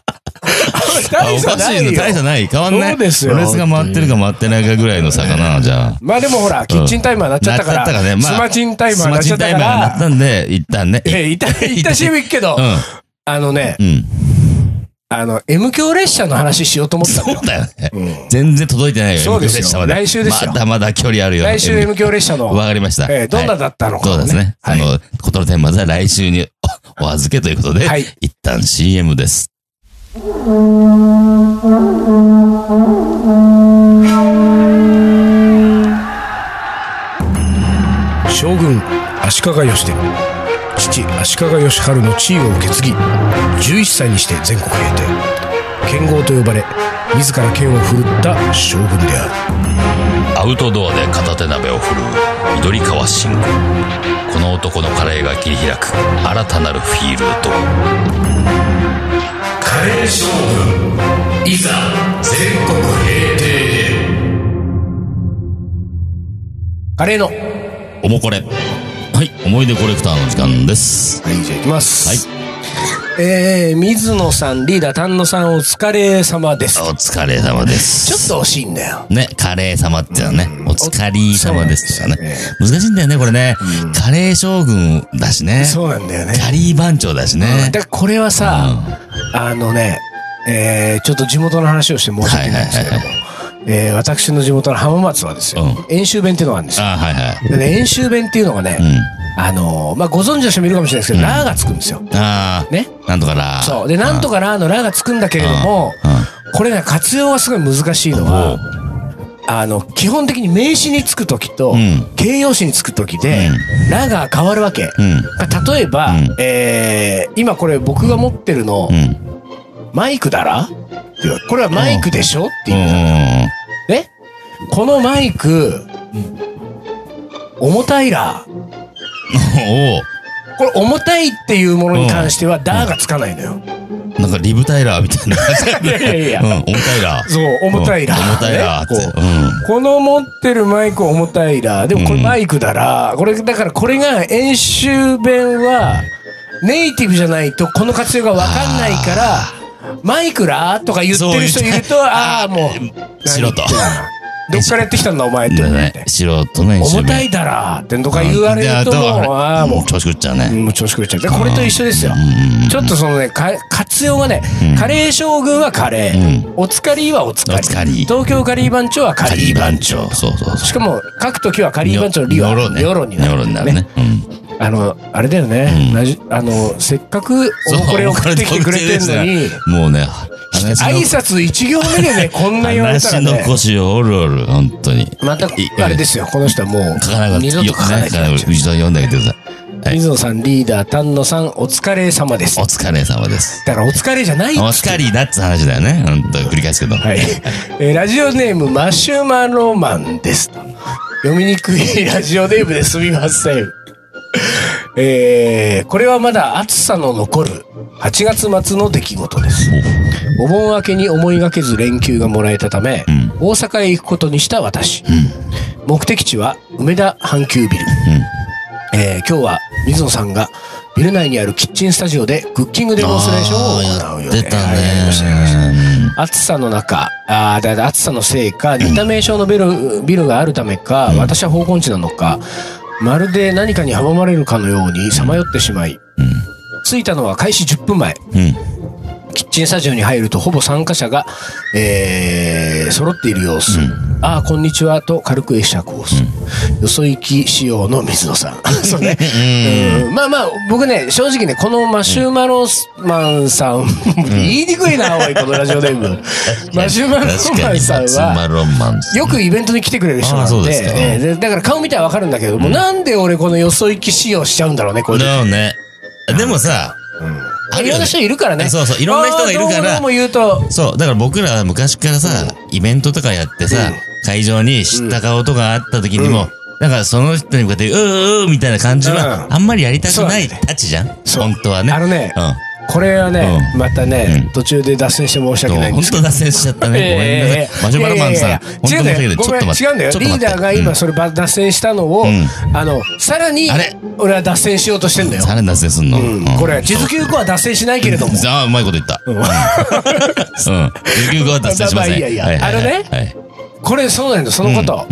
S2: あ
S3: 大
S2: お
S3: 差
S2: かし
S3: ないい
S2: の、
S3: よ
S2: 大差ない。変わんない。
S3: そうですよ
S2: ロレスが回ってるか回ってないかぐらいの差かな、じゃあ。
S3: まあでもほら、キッチンタイマーなっちゃったから、
S2: なっちゃったからねまあ
S3: スマチンタイマー
S2: ス
S3: な
S2: マ
S3: っち
S2: チ
S3: ゃ
S2: ン
S3: った
S2: タイ
S3: か
S2: マーになっ
S3: ら、
S2: たんで、一旦ね。
S3: え、いた、いたし行くけど、
S2: う
S3: あのね、
S2: ん。うん。
S3: あの、M 強列車の話しようと思ったの
S2: そうだよね。全然届いてないよ、
S3: そうですよ
S2: M 強列車ま
S3: 来週ですよ
S2: まだまだ距離あるよ。
S3: 来週
S2: M
S3: M 強列車の、
S2: わかりました。
S3: えーどんなだったのか、ね
S2: そうですね。あ
S3: はい。
S2: の、ことの天末は来週におお預けということで、
S3: はい
S2: 一旦 CM です。
S1: 将軍足利義で父足利義晴の地位を受け継ぎ11歳にして全国平定剣豪と呼ばれ自ら剣を振るった将軍である
S2: アウトドアで片手鍋を振るう緑川信吾この男のカレーが切り開く新たなるフィールド
S1: カレー将軍いざ全国平定
S3: カレーの。は
S2: おもこれはい思い出コレクターの時間です
S3: い、じゃあ行きます。
S2: は
S3: えー、水野さん、リーダー、丹野さん、お疲れ様です。
S2: お疲れ様です
S3: ちょっと惜しいんだよ。
S2: ね、カレー様っていうのはね、お疲れ様ですとかね。難しいんだよね、これね。カレー将軍だしね。
S3: そうなんだよね。
S2: キャリー番長だしね。
S3: だからこれはさ、あのね、えーちょっと地元の話をして申し訳ないんですけども、
S2: は
S3: えー私の地元の浜松はですよ、
S2: う
S3: 演習弁っていうのがあるんですよ。
S2: あはいはい。
S3: でね、演習弁っていうのがね、あのーまあ、ご存知の人もいるかもしれないですけど、ラーがつくんですよ。
S2: ああ、
S3: ね。
S2: なんとから。
S3: そう。で、なんとかラーのラーがつくんだけれども、これね、活用がすごい難しいのは、あの、基本的に名詞につくときと、
S2: ん
S3: 形容詞につくときで、ラーが変わるわけ。
S2: うん
S3: 例えば、えー今これ僕が持ってるの、
S2: うん。うん。
S3: マイクだらって言われこれはマイクでしょって
S2: うん
S3: いう。ねこのマイク、重たいら。
S2: うん。おお
S3: これ重たいっていうものに関しては、ダーがつかないのよ。
S2: ーなんかリブタイラーみたいな感じだね。
S3: いやいやいや
S2: うん、重たいら。
S3: そう、重たいら。
S2: うん重たいらって。
S3: ねこうこの持ってるマイク重たいら。でもこれマイクだら。これ、だからこれが演習弁は、ネイティブじゃないとこの活用がわかんないから、マイクらとか言ってる人いる
S2: そう
S3: と、ああ、もう。
S2: 素
S3: 何言
S2: 人
S3: ってんだどっからやってきたんだお前って
S2: うん。
S3: 思っ
S2: ね
S3: て。、
S2: 素人ね、
S3: 重た
S2: い
S3: いだらってとか言われると、もう、ああ、もう。
S2: 調子食っちゃうね。
S3: もう調子狂っちゃう。でこれと一緒ですよ。ちょっとそのね、か活用がね、カレー将軍はカレー、おつかりはおつかり、
S2: おつかり
S3: 東京カリー番長はカ
S2: カ
S3: リ
S2: リ
S3: ー
S2: ー
S3: 番
S2: 番
S3: 長。
S2: 長。そうそうそう。
S3: しかも、書くときはカリー番長のリは、
S2: ニョロね。
S3: ヨロになる。
S2: ニョロになるね。うん
S3: あの、あれだよね、なじあの、せっかく
S2: そう
S3: おこれを送ってきてくれてんのに、
S2: もうね、
S3: 挨
S2: 話
S3: 拶一行目でね、こんな言われたら
S2: の
S3: ね、
S2: 腰をおるおる、本当に。
S3: また、あれですよ、この人はもう
S2: 書かなか、った。
S3: 二度と書かな
S2: よ
S3: い
S2: ね書か一度読んであげてください。はい。
S3: 水野さんリーダー、丹野さん、お疲れ様です
S2: お。疲れ様です。
S3: だから、お疲れじゃないっつ
S2: お
S3: って
S2: 疲れだって話だよね。本当繰り返すけど。
S3: はい。えーラジオネーム、マシュマロマンです。読みにくいラジオネームですみません。えーこれはまだ暑さの残る8月末の出来事です。お盆明けに思いがけず連休がもらえたため、大阪へ行くことにした私。目的地は梅田阪急ビル。えー今日は水野さんがビル内にあるキッチンスタジオでクッキングデモンストレーションを行うよう
S2: 出た
S3: はいやりましたやりました
S2: ね。
S3: 暑さの中、あーだだ暑さのせいか、似た名称のビルビルがあるためか、私は方根地なのか、まるで何かに阻まれるかのようにさまよってしまい、着いたのは開始10分前。
S2: うん。
S3: キッチンスタジオに入るとほぼ参加者が、えー、揃っている様子。 「ああこんにちは」と軽く会釈をする、よそ行き仕様の水野さ んそうね、うんまあまあ僕ね正直ねこのマシュマロマンさん、 言いにくいなおいこのラジオ ネームマシュマロ
S2: 確か
S3: マン
S2: に、
S3: さん
S2: マシュ
S3: は
S2: マロマン。
S3: よくイベントに来てくれる人な
S2: あーそ
S3: ん
S2: う
S3: で
S2: ですか
S3: えーでだから顔見たらわかるんだけども、なんで俺このよそ行き仕様しちゃうんだろうねこういう時
S2: だよね。でもさ、ある
S3: いろん
S2: よね
S3: な人いるからね
S2: そうそういろんな人がいるから
S3: あーどうもどうも言うと
S2: そう、だから僕らは昔からさ、イベントとかやってさ、会場に知った顔とかあった時にも、なんかその人に向かって、うーうーみたいな感じは、
S3: うん
S2: あんまりやりたくない
S3: そうだ
S2: たちじゃん、
S3: そう
S2: 本当はね。
S3: あのね
S2: うん。
S3: これはね、
S2: うん
S3: またね、途中で脱線して申し訳ないん
S2: 本
S3: ですけ
S2: 当
S3: ど。
S2: 脱線しちゃったね。ごめんなさい。マシュマロマン
S3: いや
S2: さ
S3: い
S2: ん、
S3: やいや
S2: 本当申し訳ないけど、ちょっと待
S3: 違
S2: っ
S3: うんだ
S2: て。
S3: よ。
S2: ちょっ
S3: リ
S2: と待
S3: ー
S2: って
S3: ダーが今
S2: うん
S3: それば脱線したのを、
S2: ん
S3: あの、さらに
S2: あれ、
S3: 俺は脱線しようとしてんだよ。
S2: さらに脱線すんの。
S3: うん
S2: うん
S3: これ、地図急行は脱線しないけれども。
S2: ああ、うまいこと言った。うん。琉球語は脱線しません。
S3: まあまあいいや
S2: はい
S3: や
S2: はは
S3: あのね
S2: はい。
S3: これ、そうなんだよ、そのこと。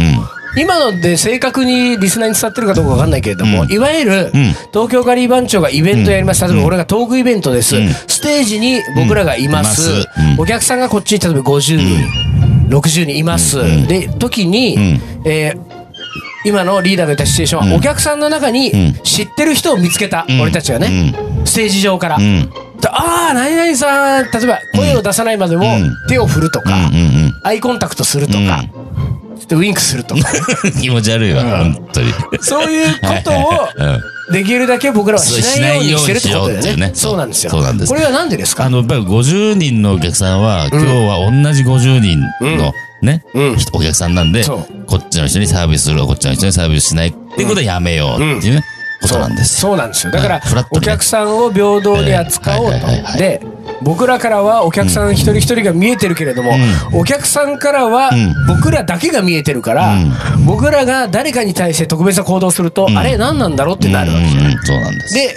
S3: 今ので正確にリスナーに伝わってるかどうかわかんないけれども、いわゆる、東京ガリバン長がイベントやります。例えば俺がトークイベントです。ステージに僕らがいます。
S2: いますうん
S3: お客さんがこっちに例えば50人、60人います。で、時に、えー今のリーダーが言ったシチュエーションは、お客さんの中に知ってる人を見つけた、俺たちがね、ステージ上から。
S2: ん
S3: でああ、何々さん、例えば声を出さないまでも手を振るとか、
S2: うん。うん
S3: アイコンタクトするとか、でウインクすると か、
S2: うん。気持ち悪いわ、本当に。
S3: そういうこと
S2: うん。
S3: をできるだけ僕らは
S2: そう
S3: しないようにしてるってことだ
S2: しないようにしようってい
S3: よ
S2: うね
S3: ね。そうなんですよ。
S2: そうなんです
S3: これはなんでです
S2: あ
S3: か
S2: の、やっぱり50人のお客さんは、今日は同じ50人のね、
S3: うん
S2: 人お客さんなんで、
S3: そ
S2: こっちの人にサービスするわ、こっちの人にサービスしないっていうことはやめようっていうね、ことなんですよ。
S3: そうなんですよ。だか
S2: は
S3: ら
S2: いフラット
S3: お
S2: にね
S3: 客さんを平等に扱おう
S2: はいはいはいは
S3: と。
S2: い
S3: で、僕らからはお客さん一人一人が見えてるけれども、お客さんからは僕らだけが見えてるから、僕らが誰かに対して特別な行動すると、あれ何なんだろうってなるわけじゃ
S2: うん
S3: な
S2: う
S3: い。
S2: んそうなんです。
S3: で、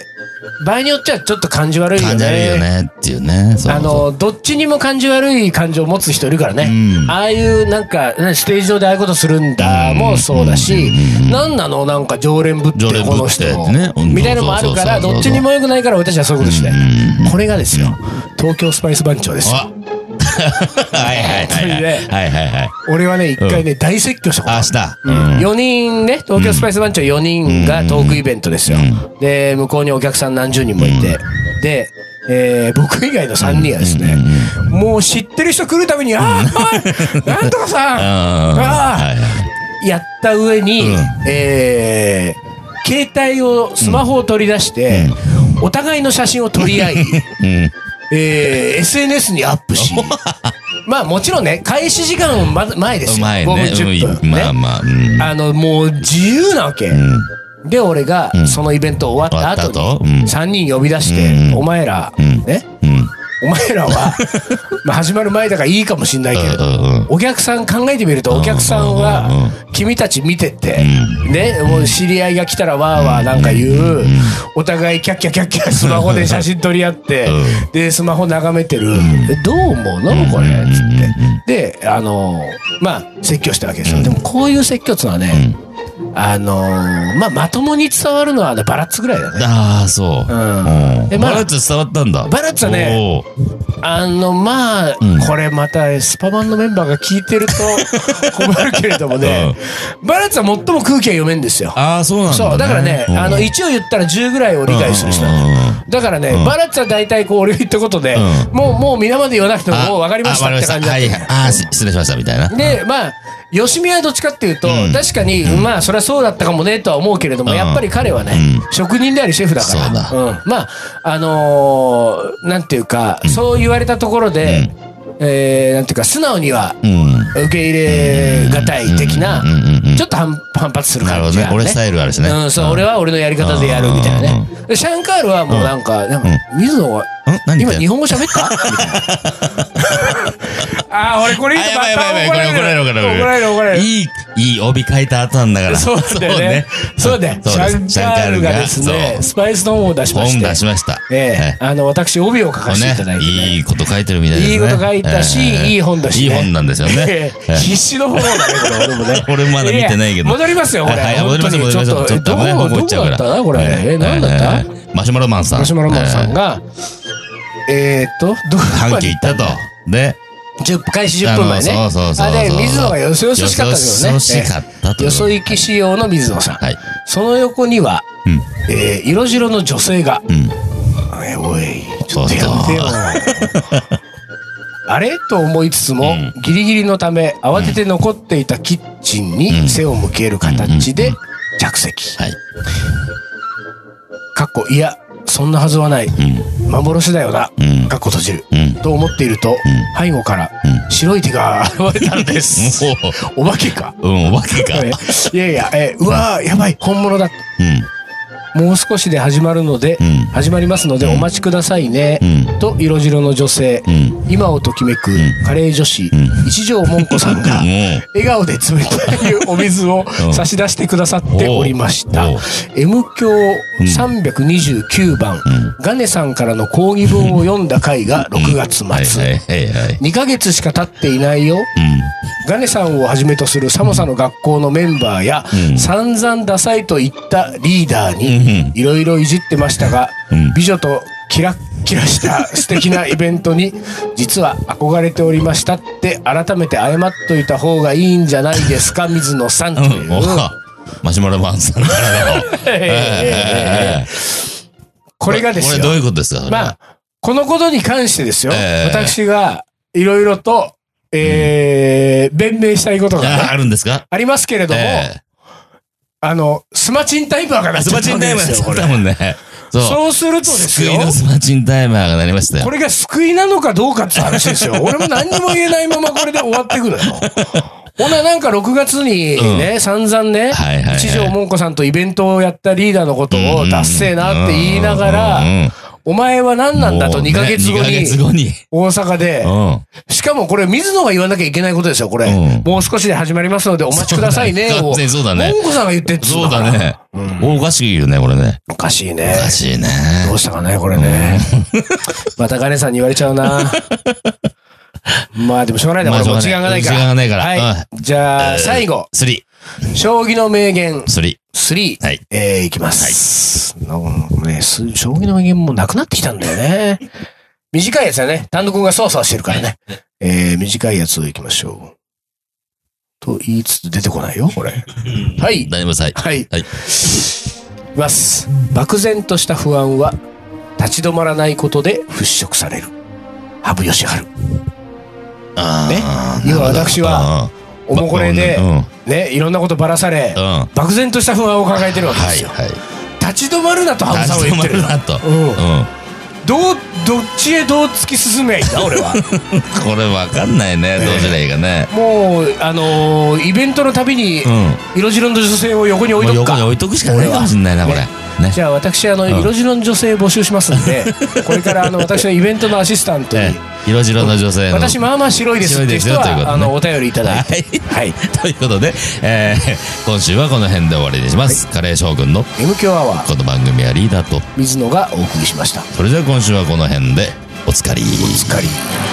S3: 場合によってはちょっと感じ悪いよね。
S2: 感じ悪いよねっていうね。そうそう
S3: あのどっちにも感じ悪い感情を持つ人いるからね、
S2: うん
S3: ああいうなんかなステージ上でああいうことするんだもそうだし、なんなのなんか常連ぶって
S2: 常連ぶって
S3: この人
S2: ねうん
S3: みたいなのもあるから
S2: そうそうそうそう
S3: どっちにも良くないから俺たちはそういうことしない、これがですよ東京スパイス番長 ですよ
S2: あはいはいはい はい。はいはいはい。
S3: 俺はね一回ね、大説教したことあ
S2: あ、
S3: る
S2: した。うん。
S3: 4人ね、東京スパイス番長4人がトークイベントですよ。で、向こうにお客さん何十人もいて。で、えー僕以外の3人はですね、もう知ってる人来るために、ああ、なんとか さん、
S2: は
S3: あ
S2: いはい
S3: あ、やった上に、
S2: うん
S3: えー携帯を、スマホを取り出して、お互いの写真を撮り 合い、
S2: うん。
S3: えー SNS にアップ し、まあもちろんね、開始時間はまだ前です
S2: う
S3: よ。
S2: ま
S3: 5
S2: い
S3: 分
S2: ね。
S3: 10
S2: うん
S3: 分。ね
S2: まあまあ。うん
S3: あの、もう自由なわけ。で、俺が、そのイベント終わった
S2: 終わっ
S3: 後
S2: た後うん
S3: に、3人呼び出して、お前ら、ね、
S2: うん。
S3: お前ら は、まあ始まる前だからいいかもしんないけれど
S2: うんうんうん、
S3: お客さん考えてみると、お客さん
S2: うんうんうん
S3: は、君たち見てて、ね、もう知り合いが来たらわーわーなんか言う、お互いキャッキャキャッキャスマホで写真撮り合って、で、スマホ眺めてる。えどう思うのこれ、つって。で、あのー、まあ、説教したわけですよ。でも、こういう説教っていうのはね、あのー、まあ、まともに伝わるのはね、バラッツぐらいだね。
S2: ああ、そう。
S3: うん
S2: うん
S3: えま
S2: バ
S3: あ
S2: ラッツ伝わったんだ。
S3: バラッツはね
S2: おー、
S3: あの、まあ、これまた、スパマンのメンバーが聞いてる と困るけれどもね、バラッツは最も空気が読めんですよ。
S2: ああ、そうなんだね。
S3: そう、だからね、
S2: うん
S3: あの、1を言ったら10ぐらいを理解する人なの
S2: うんうんうん
S3: だからね、バラッツは大体こう、俺が言ったことで、
S2: う
S3: もう、もう皆まで言わなくても、もう分かりました
S2: あ
S3: って感じだ
S2: はい、
S3: っ
S2: あー、し失礼しました、みたいな。
S3: た。で、まあ、吉見はどっちかっていうと、確かに、まあ、それはそうだったかもね、とは思うけれども、やっぱり彼はね、職人でありシェフだから、
S2: そうだ
S3: んまあ、あのーなんていうか、そう言われたところで、えーなんていうか、素直には
S2: うん。
S3: 受け入れがたい的な、ちょっと反反発する
S2: なるほ
S3: 感
S2: ど
S3: じが
S2: ね
S3: あ。る、
S2: 俺スタイルがあるしね。
S3: うん、そう、
S2: ん。
S3: 俺は俺のやり方でやるみたいなね。でシャンカールはもうなんか、なんか、水野は、
S2: ん
S3: 今
S2: 何言ってんの
S3: 日本語喋ったみ たいな。ああ、俺これ言うとま
S2: あやばいやばいやば
S3: た
S2: い
S3: 怒られる。
S2: これ怒られる
S3: 怒られる、怒られる。
S2: いい、いい帯書いた後なんだから。
S3: そうだよね。そうだよ。シャン
S2: です
S3: カールがですね、
S2: そう
S3: スパイスの本を出しまし
S2: 本
S3: て
S2: 出。しました。
S3: ええ、あの、私、帯を書か
S2: はい
S3: せてい
S2: ね
S3: ただいてね。
S2: いいこと書いてるみたいですね。
S3: いいこと書いたし
S2: ええ
S3: いい本だしね。
S2: いい本なんですよね
S3: ええ
S2: ええ。
S3: 必死の方だね、これ俺もね
S2: 俺まだ見てないけど
S3: や戻りますよ、これ。
S2: はいはい
S3: 本当に
S2: 戻りましょう戻りましょ
S3: ちょ
S2: う
S3: っと、
S2: ち
S3: ど
S2: ょっ
S3: こ、
S2: とね
S3: ど
S2: ここ行っ
S3: こ
S2: ちゃ
S3: だ
S2: うか
S3: っ
S2: ら
S3: たな、これ。え、なんだった
S2: ええマシュマロマンさん。
S3: マシュマロマンさんが、えーっと、どこ
S2: ええ。
S3: まで
S2: 半径
S3: 行
S2: 行
S3: っ
S2: ったた
S3: ん
S2: と
S3: だ。
S2: で、
S3: 10開始10分前ね。
S2: あのそうそうそう
S3: あれ、水野がよそよそしかったけどね。
S2: よそよそしかったと
S3: ええよそ行き仕様の水野さん。
S2: はい。
S3: その横には、
S2: うん。
S3: えー、色白の女性が。
S2: うん。
S3: えおい、ちょっとやめてよ
S2: そう。
S3: あれと思いつつも、
S2: うん
S3: ギリギリのため慌てて残っていたキッチンに背を向ける形で着席。
S2: はい。
S3: かっこいやそんなはずはない
S2: うん。
S3: 幻だよな
S2: うん。
S3: かっこ閉じる
S2: うん。
S3: と思っていると、背後から
S2: うん
S3: 白い手が現れたんです。お化けか。
S2: もう、うん、お化けか。
S3: えいやいや、えうわー、やばい、本物だ。
S2: うん。
S3: もう少しで始まるので、
S2: うん
S3: 始まりますのでお待ちくださいね
S2: う。ん。
S3: と、色白の女性、
S2: うん。
S3: 今をときめく
S2: ん
S3: カレー女子
S2: ん、
S3: 一条もんこさんが、
S2: も
S3: 笑顔で冷たいお水を差し出してくださっておりました
S2: おうおう。
S3: M 教329番、ガネさんからの抗議文を読んだ回が6月
S2: う、はいはい
S3: 末。
S2: はいはい。
S3: 2ヶ月しか経っていないよ。ガネさんをはじめとする寒さの学校のメンバーや、
S2: うん
S3: 散々ダサいと言ったリーダー
S2: うん
S3: に、いろいろいじってましたが、
S2: うん
S3: 美女とキラッキラ した素敵なイベントに、実は憧れておりましたって、改めて謝っといた方がいいんじゃないですか、水野さんと
S2: う
S3: い
S2: ん。
S3: う。
S2: うん。おはマシュマロマン さんからの。
S3: えーこれがです
S2: これどうい
S3: よ。
S2: うことですかそれは
S3: まあ、このことに関してですよ。
S2: えー
S3: 私が、いろいろと、えー弁明したいこと がね、
S2: ああるんですか
S3: ありますけれども、
S2: え
S3: あの、スマチンタイマーがな
S2: え
S3: っ
S2: ス
S3: ちゃ
S2: マ
S3: った
S2: チ
S3: わ
S2: ン
S3: け
S2: タイ
S3: で
S2: マー
S3: す
S2: に
S3: よ、
S2: な
S3: こ
S2: っ
S3: れ
S2: た。もんね。そう。
S3: そうするとです
S2: 救
S3: よ
S2: い、のスマチンタイマーがなりました
S3: こ
S2: よ。
S3: れが救いなのかどうかって話です よ。俺も何にも言えないままこれで終わってくのよ。ほな、なんか6月にね、散々ね、
S2: はいはいはい
S3: 一条もんこさんとイベントをやったリーダーのことを、ダッセーなって言いなが
S2: うんうんうん
S3: ら、お前は何なんだと
S2: もうね
S3: 2ヶ月後
S2: 二ヶ月
S3: に、
S2: 後に。
S3: 大阪で
S2: う、ん。
S3: しかもこれ水野が言わなきゃいけないことですよ、これ。
S2: うん
S3: もう少しで始まりますのでお待ちくださいね
S2: そうだね
S3: を。
S2: 完全にそうだね
S3: もんこさんが言ってっつ
S2: そう
S3: の
S2: だ。ね。おかしいよね、これね。
S3: おかしいね
S2: お。かしいね。
S3: どうしたかね、これね。 またガネさんに言われちゃうな。まあでもしょうがないね、
S2: まあ
S3: 俺もう
S2: しょ
S3: 時
S2: う
S3: 間がな
S2: がないい
S3: から。
S2: 時間がないから
S3: は
S2: う
S3: い。じゃあ、最後、
S2: スリ
S3: 将棋の名言
S2: ー、スリ
S3: 3、
S2: はい
S3: えー、いきます。なんかね、す将棋の名言もなくなってきたんだよね。短いやつだね。単独がそうそうしてるからね。えー、短いやつをいきましょう。と言いつつ出てこないよ、こ れ。
S2: ー。
S3: はい
S2: 大丈夫です。はい。
S3: はい。
S2: はい。
S3: いきます。漠然とした不安は立ち止まらないことで払拭される。羽生善治。
S2: あー
S3: ね要は私は、おもこれで
S2: うん、うん。
S3: ね、いろんなことばらされ、
S2: は
S3: 漠然とした不安を抱えてるわけで
S2: い、
S3: すよ。
S2: はい。
S3: 立ち止まるなと羽生さんは言ってる
S2: 立ち止まるなと。
S3: うん
S2: うん。
S3: どう、どっちへどう突き進めばいい んだ、俺は。
S2: これわかんないね。どうすりゃいいかね。
S3: もう、あのーイベントのたびに、
S2: うん。
S3: 色白の女性を横に置い
S2: も
S3: と
S2: う
S3: く
S2: 横に
S3: か。
S2: 置いとくしかないかもしんないな、これ。ね。
S3: じゃあ私、あの、
S2: ん
S3: 色白の女性募集しますん で、これから、あの、私のイベントのアシスタント
S2: え
S3: に、
S2: え色白の女性の。
S3: 私、まあまあ白いですっていう人
S2: 白いですよということ
S3: は、
S2: ね
S3: あの、お便りいただい
S2: は
S3: て。
S2: い。
S3: はい。
S2: ということで、えー今週はこの辺で終わりにします。カレー将軍の
S3: M 強アワー
S2: この番組はリーダーと、
S3: 水野がお送りしました。
S2: それじゃあ今週はこの辺で、おつかり。
S3: お疲れ。